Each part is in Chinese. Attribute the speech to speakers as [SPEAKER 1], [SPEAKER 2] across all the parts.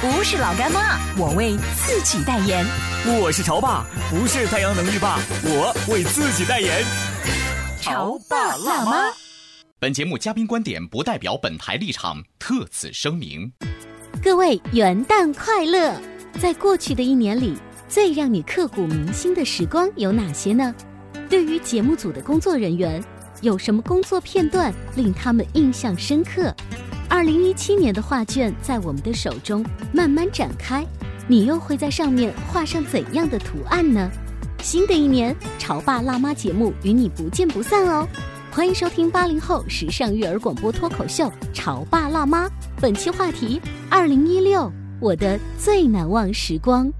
[SPEAKER 1] 不是老干妈，我为自己代言。
[SPEAKER 2] 我是潮爸，不是太阳能浴霸，我为自己代言。
[SPEAKER 1] 潮爸辣妈。
[SPEAKER 3] 本节目嘉宾观点不代表本台立场，特此声明。
[SPEAKER 1] 各位元旦快乐！在过去的一年里，最让你刻骨铭心的时光有哪些呢？对于节目组的工作人员，有什么工作片段令他们印象深刻？二零一七年的画卷在我们的手中慢慢展开，你又会在上面画上怎样的图案呢？新的一年，潮爸辣妈节目与你不见不散哦！欢迎收听八零后时尚育儿广播脱口秀《潮爸辣妈》，本期话题：二零一六，我的最难忘时光。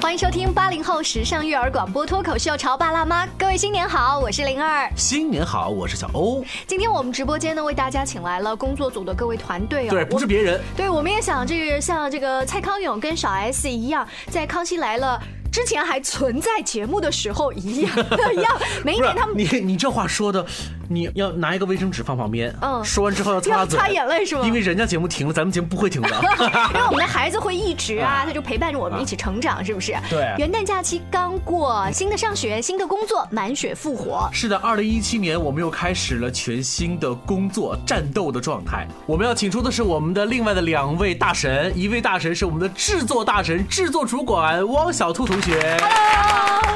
[SPEAKER 4] 欢迎收听八零后时尚育儿广播脱口秀《潮爸辣妈》，各位新年好，我是灵儿。
[SPEAKER 5] 新年好，我是小欧。
[SPEAKER 4] 今天我们直播间呢，为大家请来了工作组的各位团队哦。
[SPEAKER 5] 对，不是别人，
[SPEAKER 4] 对，我们也想这个像这个蔡康永跟小 S 一样，在《康熙来了》之前还存在节啊目的时候一样 一样，每一
[SPEAKER 5] 不是
[SPEAKER 4] 年哎他们
[SPEAKER 5] 你，你这话说的，你要拿一个卫生纸放旁边，
[SPEAKER 4] 嗯
[SPEAKER 5] 说完之后要
[SPEAKER 4] 要
[SPEAKER 5] 擦嘴，
[SPEAKER 4] 擦眼泪是吗？
[SPEAKER 5] 因为人家节目停了，咱们节目不会停 的。
[SPEAKER 4] 因为我们的孩子会一直啊
[SPEAKER 5] 啊，
[SPEAKER 4] 他就陪伴着我们一起成长，是不是？
[SPEAKER 5] 对
[SPEAKER 4] 元旦假期刚过，新的上学，新的工作，满血 复活。
[SPEAKER 5] 是的，二零一七年我们又开始了全新的工作战斗的状态。我们要请出的是我们的另外的两位大神，一位大神是我们的制作大神、制作主管汪小兔同学。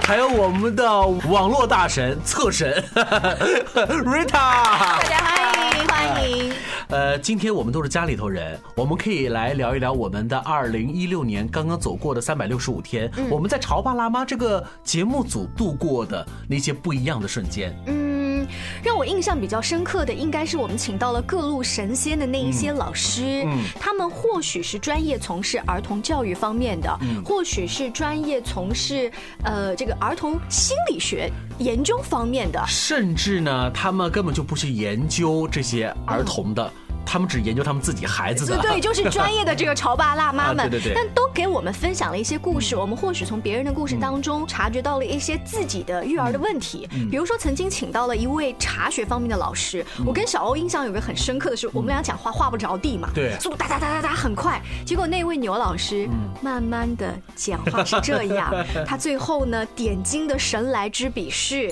[SPEAKER 5] 还有我们的网络大神、侧神 Rita，
[SPEAKER 4] 欢迎欢迎。
[SPEAKER 5] 呃，今天我们都是家里头人，我们可以来聊一聊我们的二零一六年刚刚走过的三百六十五天，我们在《潮爸辣妈》这个节目组度过的那些不一样的瞬间。
[SPEAKER 4] 嗯，让我印象比较深刻的，应该是我们请到了各路神仙的那一些老师，
[SPEAKER 5] 嗯嗯
[SPEAKER 4] 他们或许是专业从事儿童教育方面的，
[SPEAKER 5] 嗯
[SPEAKER 4] 或许是专业从事呃这个儿童心理学研究方面的，
[SPEAKER 5] 甚至呢，他们根本就不去研究这些儿童的，他们只研究他们自己孩子的。
[SPEAKER 4] 嗯对对，就是专业的这个潮爸辣妈们，
[SPEAKER 5] 啊对对对嗯
[SPEAKER 4] 但都给我们分享了一些故事，我们或许从别人的故事当中察觉到了一些自己的育儿
[SPEAKER 5] 嗯
[SPEAKER 4] 的问题。比如说，曾经请到了一位茶学方面的老师，
[SPEAKER 5] 嗯
[SPEAKER 4] 我跟小欧印象有个很深刻的是，我们俩讲话话不着地嘛，
[SPEAKER 5] 对嗯
[SPEAKER 4] 速度哒哒哒哒哒很快，结果那位牛老师慢慢的讲话是这 样，他最后呢点睛的神来之笔是。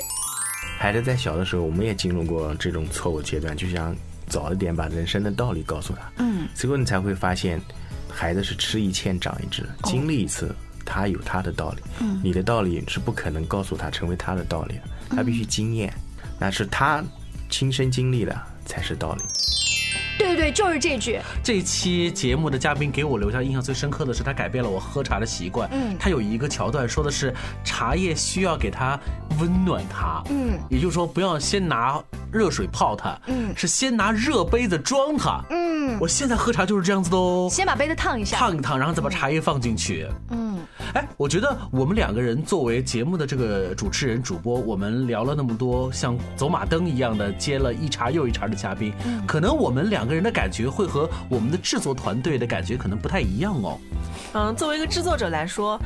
[SPEAKER 6] 孩子在小的时候，我们也经历过这种错误阶段，就想早一点把人生的道理告诉他。嗯，最后你才会发现，孩子是吃一堑长一智，经历一次，他有他的道理。嗯，你的道理是不可能告诉他成为他的道理的，他必须经验，那是他亲身经历的才是道理。
[SPEAKER 4] 对对对，就是这句，
[SPEAKER 5] 这期节目的嘉宾给我留下印象最深刻的是，他改变了我喝茶的习惯。
[SPEAKER 4] 嗯
[SPEAKER 5] 他有一个桥段说的是茶叶需要给它温暖它。
[SPEAKER 4] 嗯
[SPEAKER 5] 也就是说不要先拿热水泡它，
[SPEAKER 4] 嗯
[SPEAKER 5] 是先拿热杯子装它。
[SPEAKER 4] 嗯，
[SPEAKER 5] 我现在喝茶就是这样子的哦，
[SPEAKER 4] 先嗯把杯子烫一下，
[SPEAKER 5] 烫一烫，然后再把茶叶放进去。
[SPEAKER 4] 嗯。
[SPEAKER 5] 哎，我觉得我们两个人作为节目的这个主持人、主播，我们聊了那么多像走马灯一样的接了一茬又一茬的嘉宾，可能我们两个人的感觉会和我们的制作团队的感觉可能不太一样哦。
[SPEAKER 7] 嗯，作为一个制作者来说，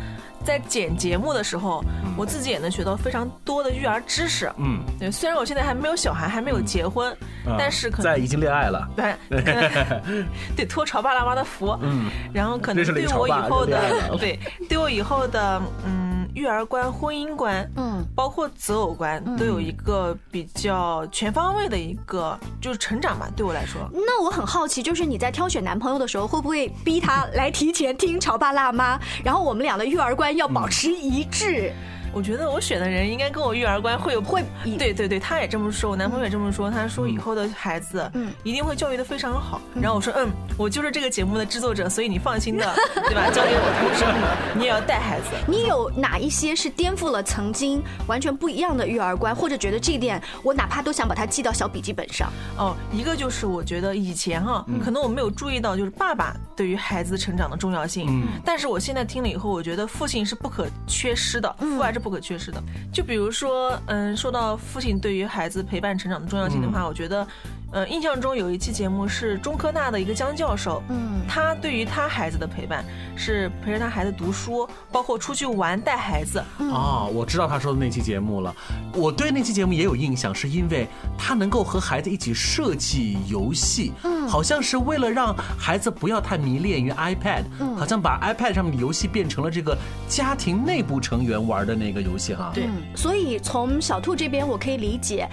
[SPEAKER 7] 在剪节目的时候，我自己也能学到非常多的育儿知识。
[SPEAKER 5] 嗯，
[SPEAKER 7] 对，虽然我现在还没有小孩，还没有结婚，但是可
[SPEAKER 5] 在
[SPEAKER 7] 能
[SPEAKER 5] 已经恋爱了，
[SPEAKER 7] 对，可 能得托潮爸辣妈的福。嗯，然后可
[SPEAKER 5] 认
[SPEAKER 7] 能
[SPEAKER 5] 识了一
[SPEAKER 7] 对
[SPEAKER 5] 潮
[SPEAKER 7] 我以
[SPEAKER 5] 爸
[SPEAKER 7] 后
[SPEAKER 5] 就恋爱
[SPEAKER 7] 的
[SPEAKER 5] 了
[SPEAKER 7] 对对我以后的嗯育儿观、婚姻观，
[SPEAKER 8] 嗯，
[SPEAKER 7] 包括择偶观，都有一个比较全方位的一个就是成长吧。对我来说，
[SPEAKER 4] 那我很好奇，就是你在挑选男朋友的时候，会不会逼他来提前听《潮爸辣妈》，然后我们俩的育儿观要保持一致？
[SPEAKER 7] 我觉得我选的人应该跟我育儿观会有
[SPEAKER 4] 会一
[SPEAKER 7] 对对对，他也这么说，我男朋友也这么说，他说以后的孩子
[SPEAKER 4] 嗯
[SPEAKER 7] 一定会教育的非常好。然后我说嗯，我就是这个节目的制作者，所以你放心的，对吧？交给我，我说嗯你也要带孩子。
[SPEAKER 4] 你有哪一些是颠覆了曾经完全不一样的育儿观，或者觉得这一点我哪怕都想把它记到小笔记本上？
[SPEAKER 7] 哦，一个就是我觉得以前哈、可能我没有注意到，就是爸爸对于孩子成长的重要性。
[SPEAKER 5] 嗯
[SPEAKER 7] 但是我现在听了以后，我觉得父亲是不可缺失的，父爱是不可缺失的。就比如说，嗯，说到父亲对于孩子陪伴成长的重要性的话，我觉得，呃，印象中有一期节目是中科大的一个江教授，
[SPEAKER 8] 嗯
[SPEAKER 7] 他对于他孩子的陪伴是陪着他孩子读书，包括出去玩带孩子。
[SPEAKER 5] 啊，我知道他说的那期节目了。我对那期节目也有印象，是因为他能够和孩子一起设计游戏，好像是为了让孩子不要太迷恋于 iPad，、好像把 iPad 上面的游戏变成了这个家庭内部成员玩的那个游戏哈。
[SPEAKER 7] 对
[SPEAKER 4] 所以从小兔这边，我可以理解，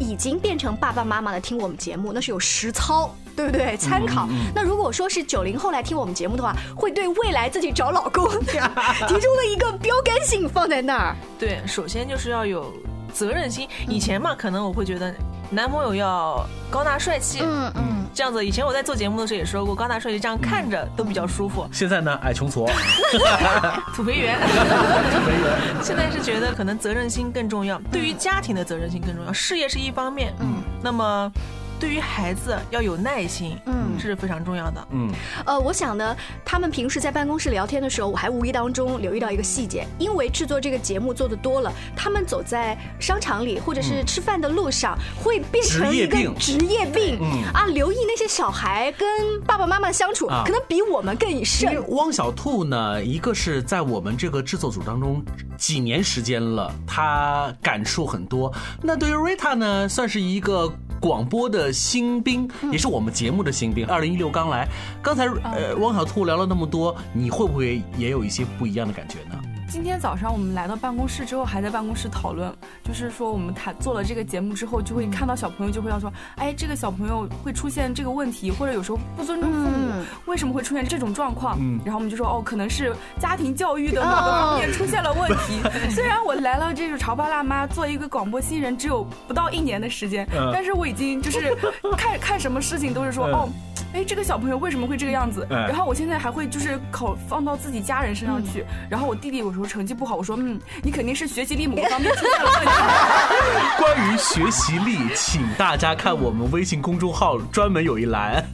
[SPEAKER 4] 已经变成爸爸妈妈的听我们节目，那是有实操，对不对？参考。那如果说是九零后来听我们节目的话，会对未来自己找老公提出了一个标杆性放在那儿。
[SPEAKER 7] 对，首先就是要有责任心。以前嘛，可能我会觉得男朋友要高大帅气，
[SPEAKER 8] 嗯嗯，
[SPEAKER 7] 这样子。以前我在做节目的时候也说过，高大帅气这样看着都比较舒服。
[SPEAKER 5] 现在呢，矮穷矬，
[SPEAKER 7] 土肥圆， 现在是觉得可能责任心更重要，对于家庭的责任心更重要，事业是一方面，嗯，那么对于孩子要有耐心，嗯，这是非常重要的。
[SPEAKER 5] 嗯，
[SPEAKER 4] 呃，我想呢，他们平时在办公室聊天的时候，我还无意当中留意到一个细节，因为制作这个节目做的多了，他们走在商场里或者是吃饭的路上，会变成
[SPEAKER 5] 职业
[SPEAKER 4] 一个
[SPEAKER 5] 病
[SPEAKER 4] 职业病啊！留意那些小孩跟爸爸妈妈相处，
[SPEAKER 5] 啊
[SPEAKER 4] 可能比我们更
[SPEAKER 5] 因为
[SPEAKER 4] 甚。
[SPEAKER 5] 汪小兔呢，一个是在我们这个制作组当中几年时间了，他感触很多。那对于 Rita 呢，算是一个。广播的新兵，也是我们节目的新兵，二零一六刚来。刚才呃，汪小兔聊了那么多，你会不会也有一些不一样的感觉呢？
[SPEAKER 9] 今天早上我们来到办公室之后，还在办公室讨论，就是说我们谈做了这个节目之后，就会看到小朋友就会要说，哎，这个小朋友会出现这个问题，或者有时候不尊重父母，为什么会出现这种状况？然后我们就说，哦，可能是家庭教育的某个方面出现了问题。虽然我来了这个潮爸辣妈做一个广播新人，只有不到一年的时间，但是我已经就是看看什么事情都是说，哦。哎，这个小朋友为什么会这个样子？
[SPEAKER 5] 哎
[SPEAKER 9] 然后我现在还会就是考放到自己家人
[SPEAKER 4] 嗯
[SPEAKER 9] 身上去。然后我弟弟有时候成绩不好，我说嗯，你肯定是学习力某个方面出现了问题。
[SPEAKER 5] 关于学习力，请大家看我们微信公众号专门有一栏。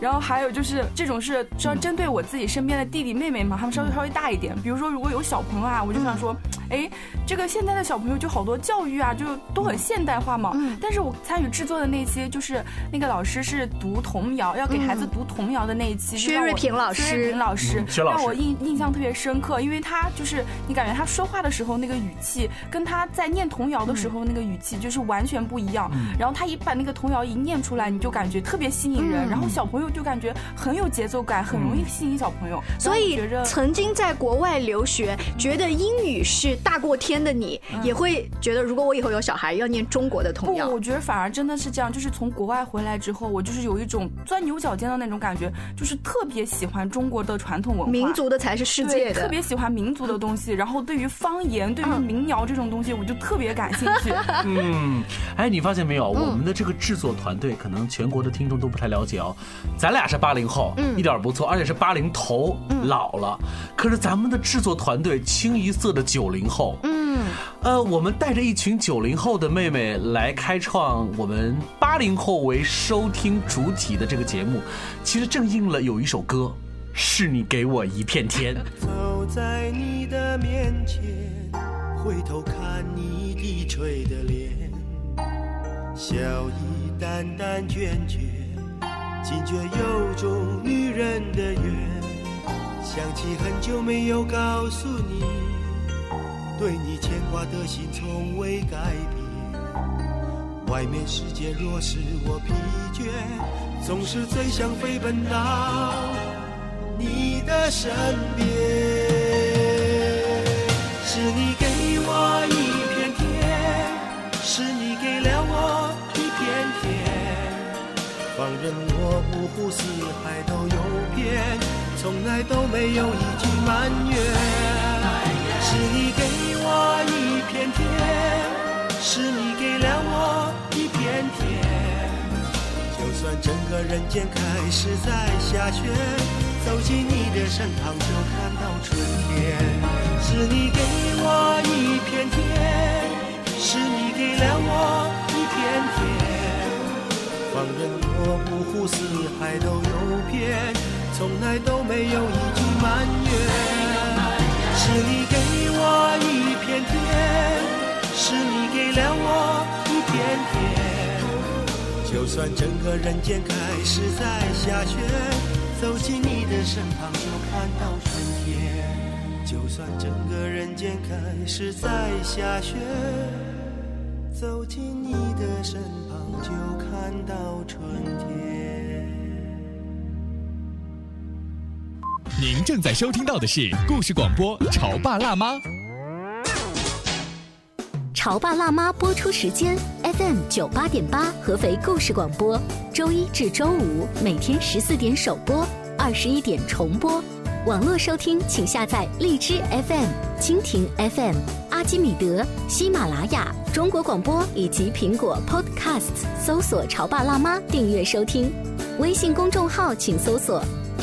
[SPEAKER 9] 然后还有就是这种是专针对我自己身边的弟弟妹妹嘛，他们稍微稍微大一点。比如说如果有小朋友啊，我就想说，哎，这个现在的小朋友就好多教育啊，就都很现代化嘛。
[SPEAKER 4] 嗯
[SPEAKER 9] 但是我参与制作的那期，就是那个老师是读童谣，要给孩子读童谣的那一期，就
[SPEAKER 4] 嗯薛
[SPEAKER 9] 让
[SPEAKER 4] 瑞
[SPEAKER 9] 我
[SPEAKER 4] 平老
[SPEAKER 9] 薛瑞
[SPEAKER 4] 师
[SPEAKER 9] 平老师
[SPEAKER 5] 嗯薛老
[SPEAKER 9] 让我
[SPEAKER 5] 师
[SPEAKER 9] 印印象特别深刻，因为他就是你感觉他说话的时候那个语气，跟他在念童谣的时候那个语气就是完全不一样。
[SPEAKER 5] 嗯
[SPEAKER 9] 然后他一把那个童谣一念出来，你就感觉特别吸引
[SPEAKER 5] 嗯
[SPEAKER 9] 人，然后小朋友就感觉很有节奏感，很容易吸引小朋友。
[SPEAKER 5] 嗯
[SPEAKER 9] 然
[SPEAKER 4] 所
[SPEAKER 9] 后
[SPEAKER 4] 以
[SPEAKER 9] 觉着，
[SPEAKER 4] 曾经在国外留学，觉得英语是大过天的你，也会觉得如果我以后有小孩，要念中国的
[SPEAKER 9] 不
[SPEAKER 4] 童，谣
[SPEAKER 9] 我。觉得反而真的是这样，就是从国外回来之后，我就是有一种钻牛角尖的那种感觉，就是特别喜欢中国的传统文化。
[SPEAKER 4] 民族的才是世
[SPEAKER 9] 对，
[SPEAKER 4] 界的嗯
[SPEAKER 9] 特，别喜欢民族的东西，然后对于方言、对于民谣这种东西，我就特别感兴 趣。
[SPEAKER 5] 嗯，哎，你发现没有，我们的这个制作团队，可能全国的听众都不太了解哦。咱俩是八零后，一点儿不错，而且是八零头，老了。可是咱们的制作团队清一色的九零后，嗯，呃，我们带着一群九零后的妹妹来开创我们八零后为收听主体的这个节目，其实正应了有一首歌，是你给我一片天。
[SPEAKER 10] 走在你的面前，回头看你低垂的脸，笑意淡淡倦倦，惊觉有种女人的缘。想起很久没有告诉你，对你牵挂的心从未改变。外面世界若使我疲倦，总是最想飞奔到你的身边。人我五湖四海都有边，从来都没有一句埋怨。是你给我一片天，是你给了我一片天。就算整个人间开始在下雪，走进你的身旁就看到春天。是你给我一片天，是你给了我一片天。放任我五湖四海都有偏，从来都没有一句埋怨。是你给我一片天，是你给了我一片天。就算整个人间开始在下雪，走进你的身旁就看到春天。就算整个人间开始在下雪，走进你的身旁就看到春天。
[SPEAKER 11] 您正在收听到的是故事广播《潮爸辣妈》。
[SPEAKER 1] 《潮爸辣妈》播出时间：FM 九八点八，合肥故事广播，周一至周五每天十四点首播，二十一点重播。网络收听，请下载荔枝 FM、蜻蜓 FM、阿基米德、喜马拉雅、中国广播以及苹果 Podcasts，搜索“潮爸辣妈”订阅收听。微信公众号请搜索“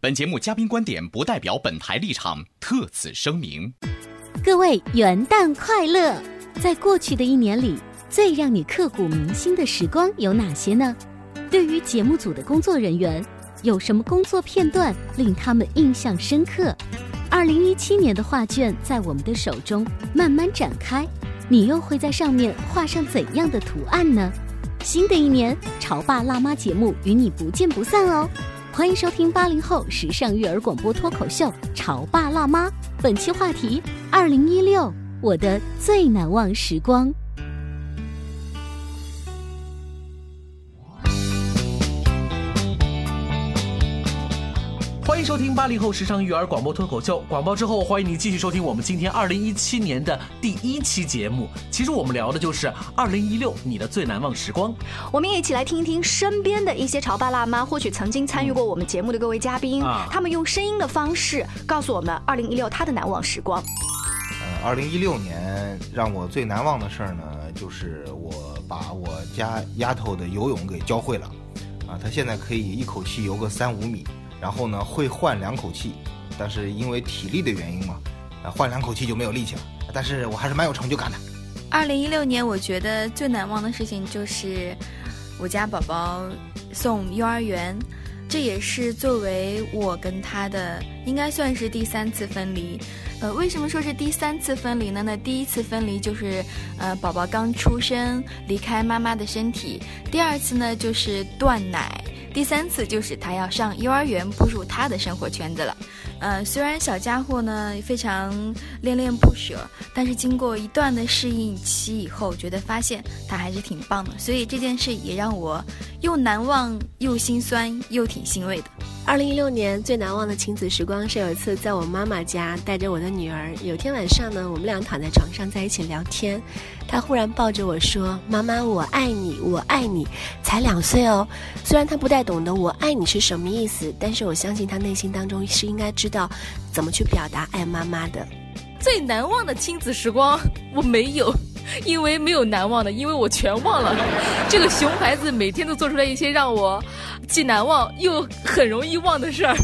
[SPEAKER 11] 本节目嘉宾观点不代表本台立场，特此声明。
[SPEAKER 1] 各位元旦快乐！在过去的一年里，最让你刻骨铭心的时光有哪些呢？对于节目组的工作人员，有什么工作片段令他们印象深刻？二零一七年的画卷在我们的手中慢慢展开，你又会在上面画上怎样的图案呢？新的一年，潮爸辣妈节目与你不见不散哦！欢迎收听八零后时尚育儿广播脱口秀《潮爸辣妈》，本期话题：二零一六，我的最难忘时光。
[SPEAKER 5] 欢迎收听八零后时尚育儿广播脱口秀。广播之后，欢迎你继续收听我们今天二零一七年的第一期节目。其实我们聊的就是二零一六你的最难忘时光。
[SPEAKER 12] 我们也一起来听一听身边的一些潮爸辣妈，或许曾经参与过我们节目的各位嘉宾，
[SPEAKER 5] 啊
[SPEAKER 12] 他们用声音的方式告诉我们二零一六他的难忘时光。
[SPEAKER 6] 呃二零一六年让我最难忘的事儿呢，就是我把我家丫头的游泳给教会了，啊，她现在可以一口气游个三五米，然后呢会换两口气，但是因为体力的原因嘛，啊换两口气就没有力气了，但是我还是蛮有成就感的。
[SPEAKER 4] 二零一六年，我觉得最难忘的事情就是我家宝宝送幼儿园，这也是作为我跟他的应该算是第三次分离。呃，为什么说是第三次分离呃呢？那第一次分离就是呃宝宝刚出生离开妈妈的身体，第二次呢就是断奶。第三次就是他要上幼儿园，步入他的生活圈子了。呃，虽然小家伙呢非常恋恋不舍，但是经过一段的适应期以后，觉得发现他还是挺棒的，所以这件事也让我又难忘又心酸又挺欣慰的。
[SPEAKER 13] 二零一六年最难忘的亲子时光是有一次在我妈妈家带着我的女儿，有天晚上呢，我们俩躺在床上在一起聊天，她忽然抱着我说：“妈妈，我爱你，我爱你。”才两岁哦，虽然她不太懂得“我爱你”是什么意思，但是我相信她内心当中是应该知道怎么去表达爱妈妈的。
[SPEAKER 4] 最难忘的亲子时光我没有，因为没有难忘的，因为我全忘了。这个熊孩子每天都做出来一些让我既难忘又很容易忘的事儿。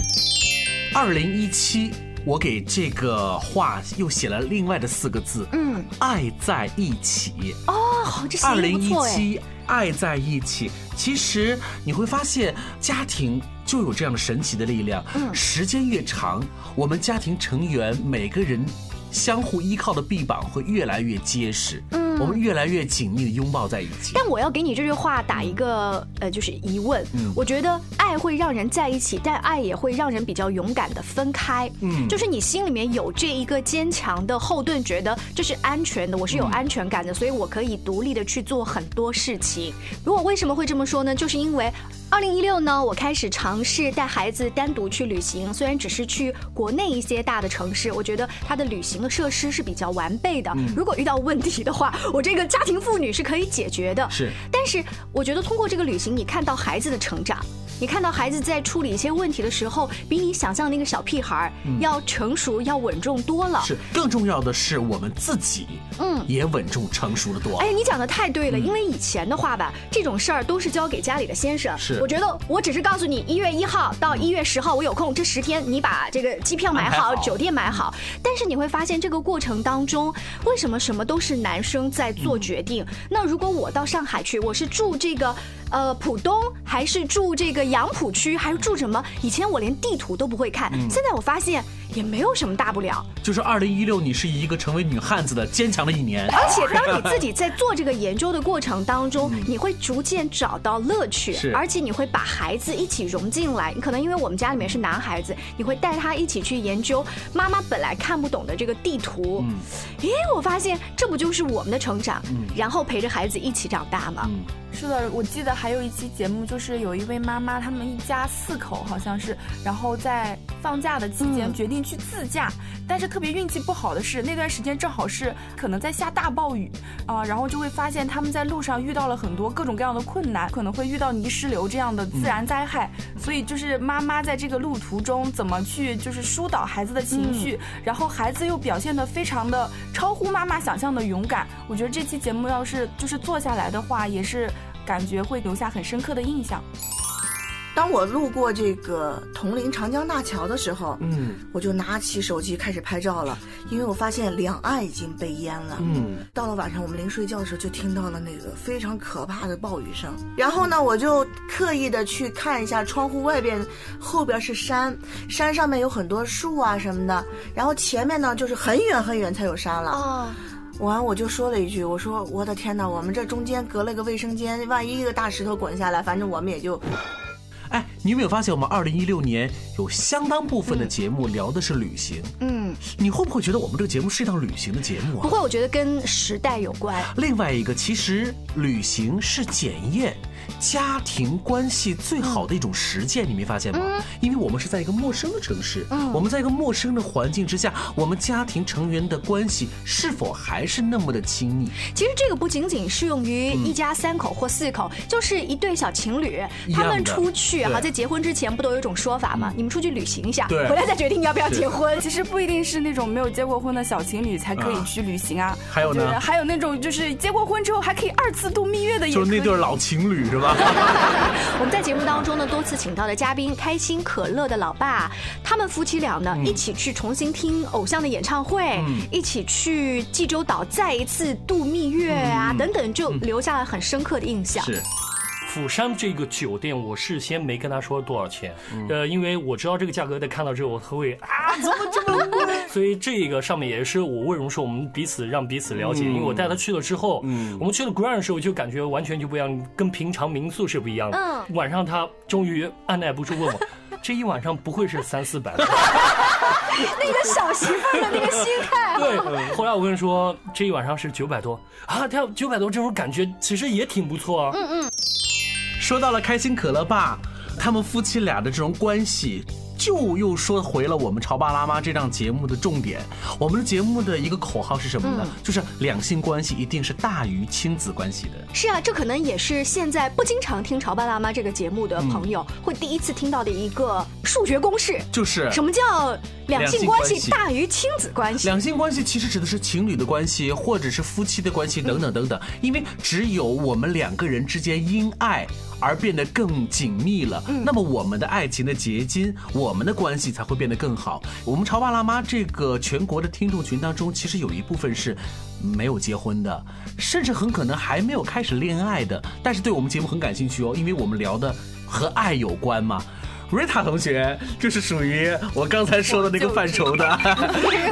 [SPEAKER 5] 二零一七，我给这个话又写了另外的四个字，
[SPEAKER 12] 嗯，
[SPEAKER 5] 爱在一起。
[SPEAKER 12] 哦，好，这
[SPEAKER 5] 二
[SPEAKER 12] 声音
[SPEAKER 5] 零
[SPEAKER 12] 不
[SPEAKER 5] 一
[SPEAKER 12] 错哎。
[SPEAKER 5] 七，爱在一起。其实你会发现，家庭就有这样神奇的力量。
[SPEAKER 12] 嗯
[SPEAKER 5] 时间越长，我们家庭成员每个人相互依靠的臂膀会越来越结实。
[SPEAKER 12] 嗯
[SPEAKER 4] 嗯
[SPEAKER 5] 我们越来越紧密的拥抱在一起。
[SPEAKER 4] 但我要给你这句话打一个呃，就是疑问。
[SPEAKER 5] 嗯
[SPEAKER 4] 我觉得爱会让人在一起，但爱也会让人比较勇敢的分开。
[SPEAKER 5] 嗯
[SPEAKER 4] 就是你心里面有这一个坚强的后盾，觉得这是安全的，我是有
[SPEAKER 5] 嗯
[SPEAKER 4] 安全感的，所以我可以独立的去做很多事情。如果为什么会这么说呢？就是因为。二零一六呢，我开始尝试带孩子单独去旅行，虽然只是去国内一些大的城市，我觉得它的旅行的设施是比较完备的。
[SPEAKER 14] 嗯
[SPEAKER 4] 如果遇到问题的话，我这个家庭妇女是可以解决的。
[SPEAKER 14] 是
[SPEAKER 4] 但是我觉得通过这个旅行，你看到孩子的成长，你看到孩子在处理一些问题的时候，比你想象的那个小屁孩儿
[SPEAKER 5] 嗯
[SPEAKER 4] 要成熟、要稳重多了。
[SPEAKER 5] 是，更重要的是我们自己，
[SPEAKER 4] 嗯
[SPEAKER 5] 也稳重成熟的多。
[SPEAKER 4] 哎，你讲的太对了，因为以前的话吧，这种事儿都是交给家里的先生。
[SPEAKER 5] 是
[SPEAKER 4] 我觉得我只是告诉你，一月一号到一月十号我有空，这十天你把这个机票买好，
[SPEAKER 14] 安排好
[SPEAKER 4] 酒店买好。但是你会发现，这个过程当中，为什么什么都是男生在做决定？那如果我到上海去，我是住这个呃浦东，还是住这个杨浦区，还是住什么？以前我连地图都不会看，
[SPEAKER 5] 嗯
[SPEAKER 4] 现在我发现也没有什么大不了。
[SPEAKER 5] 就是二零一六，你是一个成为女汉子的坚强的一年。
[SPEAKER 4] 而且当你自己在做这个研究的过程当中，你会逐渐找到乐趣
[SPEAKER 5] 是，
[SPEAKER 4] 而且你会把孩子一起融进来。你可能因为我们家里面是男孩子，你会带他一起去研究妈妈本来看不懂的这个地图。
[SPEAKER 5] 嗯
[SPEAKER 4] 诶，我发现这不就是我们的成长
[SPEAKER 5] 嗯，
[SPEAKER 4] 然后陪着孩子一起长大吗？
[SPEAKER 9] 是的，我记得还有一期节目，就是有一位妈妈，他们一家四口好像是，然后在放假的期间决定去自驾，但是特别运气不好的是，那段时间正好是可能在下大暴雨啊、然后就会发现他们在路上遇到了很多各种各样的困难，可能会遇到泥石流这样的自然灾害，所以就是妈妈在这个路途中怎么去就是疏导孩子的情绪，然后孩子又表现得非常的超乎妈妈想象的勇敢。我觉得这期节目要是就是做下来的话，也是感觉会留下很深刻的印象。
[SPEAKER 15] 当我路过这个铜陵长江大桥的时候，
[SPEAKER 5] 嗯
[SPEAKER 15] 我就拿起手机开始拍照了，因为我发现两岸已经被淹了。
[SPEAKER 5] 嗯，
[SPEAKER 15] 到了晚上，我们临睡觉的时候就听到了那个非常可怕的暴雨声。然后呢，我就刻意的去看一下窗户外边，后边是山，山上面有很多树啊什么的。然后前面呢，就是很远很远才有山了。
[SPEAKER 4] 哦。
[SPEAKER 15] 完，我就说了一句：“我说我的天哪，我们这中间隔了个卫生间，万一一个大石头滚下来，反正我们也就……
[SPEAKER 5] 哎，你有没有发现我们二零一六年有相当部分的节目聊的是旅行？
[SPEAKER 4] 嗯，
[SPEAKER 5] 你会不会觉得我们这个节目是一档旅行的节目
[SPEAKER 4] 不
[SPEAKER 5] 啊？
[SPEAKER 4] 过我觉得跟时代有关。
[SPEAKER 5] 另外一个，其实旅行是检验家庭关系最好的一种实践，你没发现吗？
[SPEAKER 4] 嗯
[SPEAKER 5] 因为我们是在一个陌生的城市，
[SPEAKER 16] 嗯
[SPEAKER 5] 我们在一个陌生的环境之下，我们家庭成员的关系是否还是那么的亲密？
[SPEAKER 4] 其实这个不仅仅适用于
[SPEAKER 5] 嗯
[SPEAKER 4] 一家三口或四口，就是一对小情侣
[SPEAKER 5] 一，样
[SPEAKER 4] 他
[SPEAKER 5] 的
[SPEAKER 4] 们出去哈，
[SPEAKER 5] 对嗯
[SPEAKER 4] 在结婚之前不都有一种说法吗？你们出去旅行一下，
[SPEAKER 9] 对
[SPEAKER 4] 回来再决定要不要结
[SPEAKER 5] 呃
[SPEAKER 4] 婚。
[SPEAKER 9] 其实不一定是那种没有结过婚的小情侣才
[SPEAKER 5] 哦
[SPEAKER 9] 可以去旅行啊。
[SPEAKER 5] 还有呢
[SPEAKER 9] 就是还有那种就是结过婚之后还可以二次度蜜月的也可
[SPEAKER 5] 就
[SPEAKER 9] 以，
[SPEAKER 5] 是那对儿老情侣是吧？
[SPEAKER 4] 我们在节目当中呢，多次请到的嘉宾，开心可乐的老爸，他们夫妻俩呢、
[SPEAKER 5] 嗯
[SPEAKER 4] 一起去重新听偶像的演唱会，
[SPEAKER 14] 嗯
[SPEAKER 4] 一起去济州岛再一次度蜜月啊，
[SPEAKER 5] 嗯
[SPEAKER 4] 等等，就留下了很深刻的印象。
[SPEAKER 17] 釜山这个酒店，我事先没跟他说多少钱，呃，因为我知道这个价格，在看到之后我会啊，
[SPEAKER 5] 怎么这么贵？
[SPEAKER 17] 所以这个上面也是我为什么说我们彼此让彼此了解，
[SPEAKER 5] 嗯
[SPEAKER 17] 因为我带他去了之后，我们去了 Grand 的时候就感觉完全就不一样，跟平常民宿是不一样的。
[SPEAKER 14] 嗯
[SPEAKER 17] 晚上他终于按耐不住问我， 这一晚上不会是三四百吧？
[SPEAKER 14] 那个小媳妇儿的那个心态，
[SPEAKER 17] 对，后来我跟你说，这一晚上是九百多啊，他九百多这种感觉其实也挺不错啊。
[SPEAKER 14] 嗯嗯，
[SPEAKER 5] 说到了开心可乐爸，他们夫妻俩的这种关系。就又说回了我们《潮爸辣妈》这档节目的重点。我们的节目的一个口号是什么呢？
[SPEAKER 4] 嗯
[SPEAKER 5] 就是两性关系一定是大于亲子关系的。
[SPEAKER 4] 是啊，这可能也是现在不经常听《潮爸辣妈》这个节目的朋友、会第一次听到的一个数学公式，
[SPEAKER 5] 就是
[SPEAKER 4] 什么叫两性关系大于亲子关系？
[SPEAKER 5] 两性关系其实指的是情侣的关系，或者是夫妻的关系等等等等。因为只有我们两个人之间因爱而变得更紧密了，
[SPEAKER 4] 嗯
[SPEAKER 5] 那么我们的爱情的结晶，我们的关系才会变得更好。我们潮爸辣妈这个全国的听众群当中，其实有一部分是。没有结婚的，甚至很可能还没有开始恋爱的，但是对我们节目很感兴趣哦，因为我们聊的和爱有关嘛。 Rita 同学，这是属于我刚才说的那个范畴的。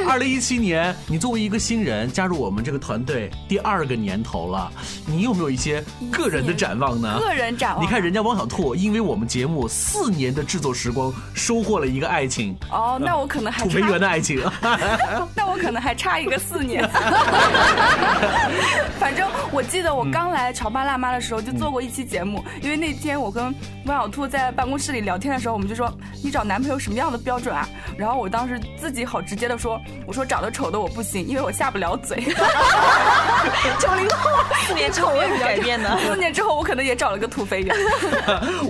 [SPEAKER 5] 二零一七年，你作为一个新人加入我们这个团队第二个年头了，你有没有一些个人的展望呢？
[SPEAKER 9] 个人展望啊
[SPEAKER 5] 你看人家汪小兔，因为我们节目四年的制作时光，收获了一个爱情。
[SPEAKER 9] 哦，那我可能还
[SPEAKER 5] 土肥
[SPEAKER 9] 差
[SPEAKER 5] 圆的爱情。
[SPEAKER 9] 那我可能还差一个四年。反正我记得我刚来潮爸辣妈的时候就做过一期节目，因为那天我跟汪小兔在办公室里聊天的时候，我们就说你找男朋友什么样的标准啊？然后我当时自己好直接的说，我说找的丑的我不行，因为我下不了嘴。 九零后四年之后我也改变呢，四年之后我可能也找了个土肥圆。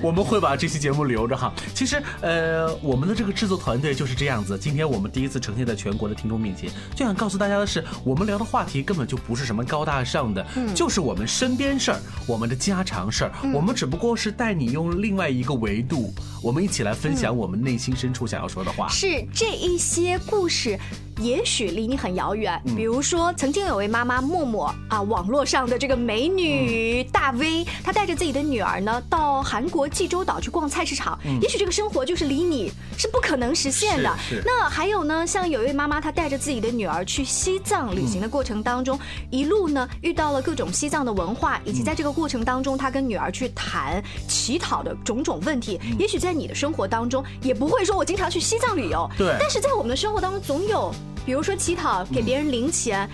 [SPEAKER 5] 我们会把这期节目留着哈。其实，呃，我们的这个制作团队就是这样子。今天我们第一次呈现在全国的听众面前，就想告诉大家的是，我们聊的话题根本就不是什么高大上的，
[SPEAKER 16] 嗯
[SPEAKER 5] 就是我们身边事儿，我们的家常事儿。
[SPEAKER 16] 嗯
[SPEAKER 5] 我们只不过是带你用另外一个维度，我们一起来分享我们内心深处想要说的话。
[SPEAKER 4] 是这一些故事，也许离你很遥远。
[SPEAKER 5] 嗯
[SPEAKER 4] 比如说，曾经有位妈妈默默啊，网络上的这个美女、大 V，她带着自己的女儿呢，到韩国济州岛去逛菜市场。
[SPEAKER 14] 嗯
[SPEAKER 4] 也许这个生活就是离你是不可能实现的。
[SPEAKER 14] 是是
[SPEAKER 4] 那还有呢，像有一位妈妈，她带着自己的女儿去西藏旅行的过程当中，一路呢遇到了各种西藏的文化，以及在这个过程当中，她跟女儿去谈乞讨的种种问题。也许在你的生活当中，也不会说我经常去西藏旅游，
[SPEAKER 14] 对
[SPEAKER 4] 但是在我们的生活当中，总有比如说乞讨，给别人零钱。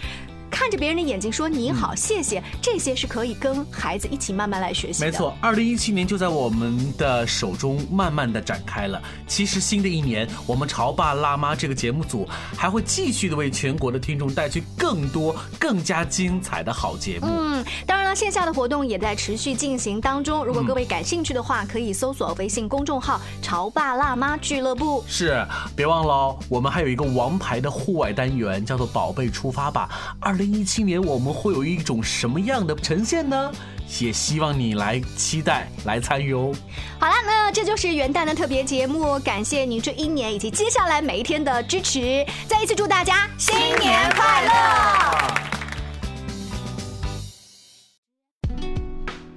[SPEAKER 4] 看着别人的眼睛说你好，谢谢，这些是可以跟孩子一起慢慢来学习的。
[SPEAKER 5] 没错，，二零一七年就在我们的手中慢慢的展开了。其实新的一年，我们潮爸辣妈这个节目组还会继续的为全国的听众带去更多、更加精彩的好节目。
[SPEAKER 4] 嗯，当然了，线下的活动也在持续进行当中。如果各位感兴趣的话，可以搜索微信公众号“潮爸辣妈俱乐部
[SPEAKER 5] 是，别忘了哦，我们还有一个王牌的户外单元，叫做“宝贝出发吧”。二零一七年我们会有一种什么样的呈现呢？也希望你来期待、来参与哦。”。
[SPEAKER 4] 好啦，那这就是元旦的特别节目，感谢您这一年以及接下来每一天的支持。再一次祝大家新年快乐！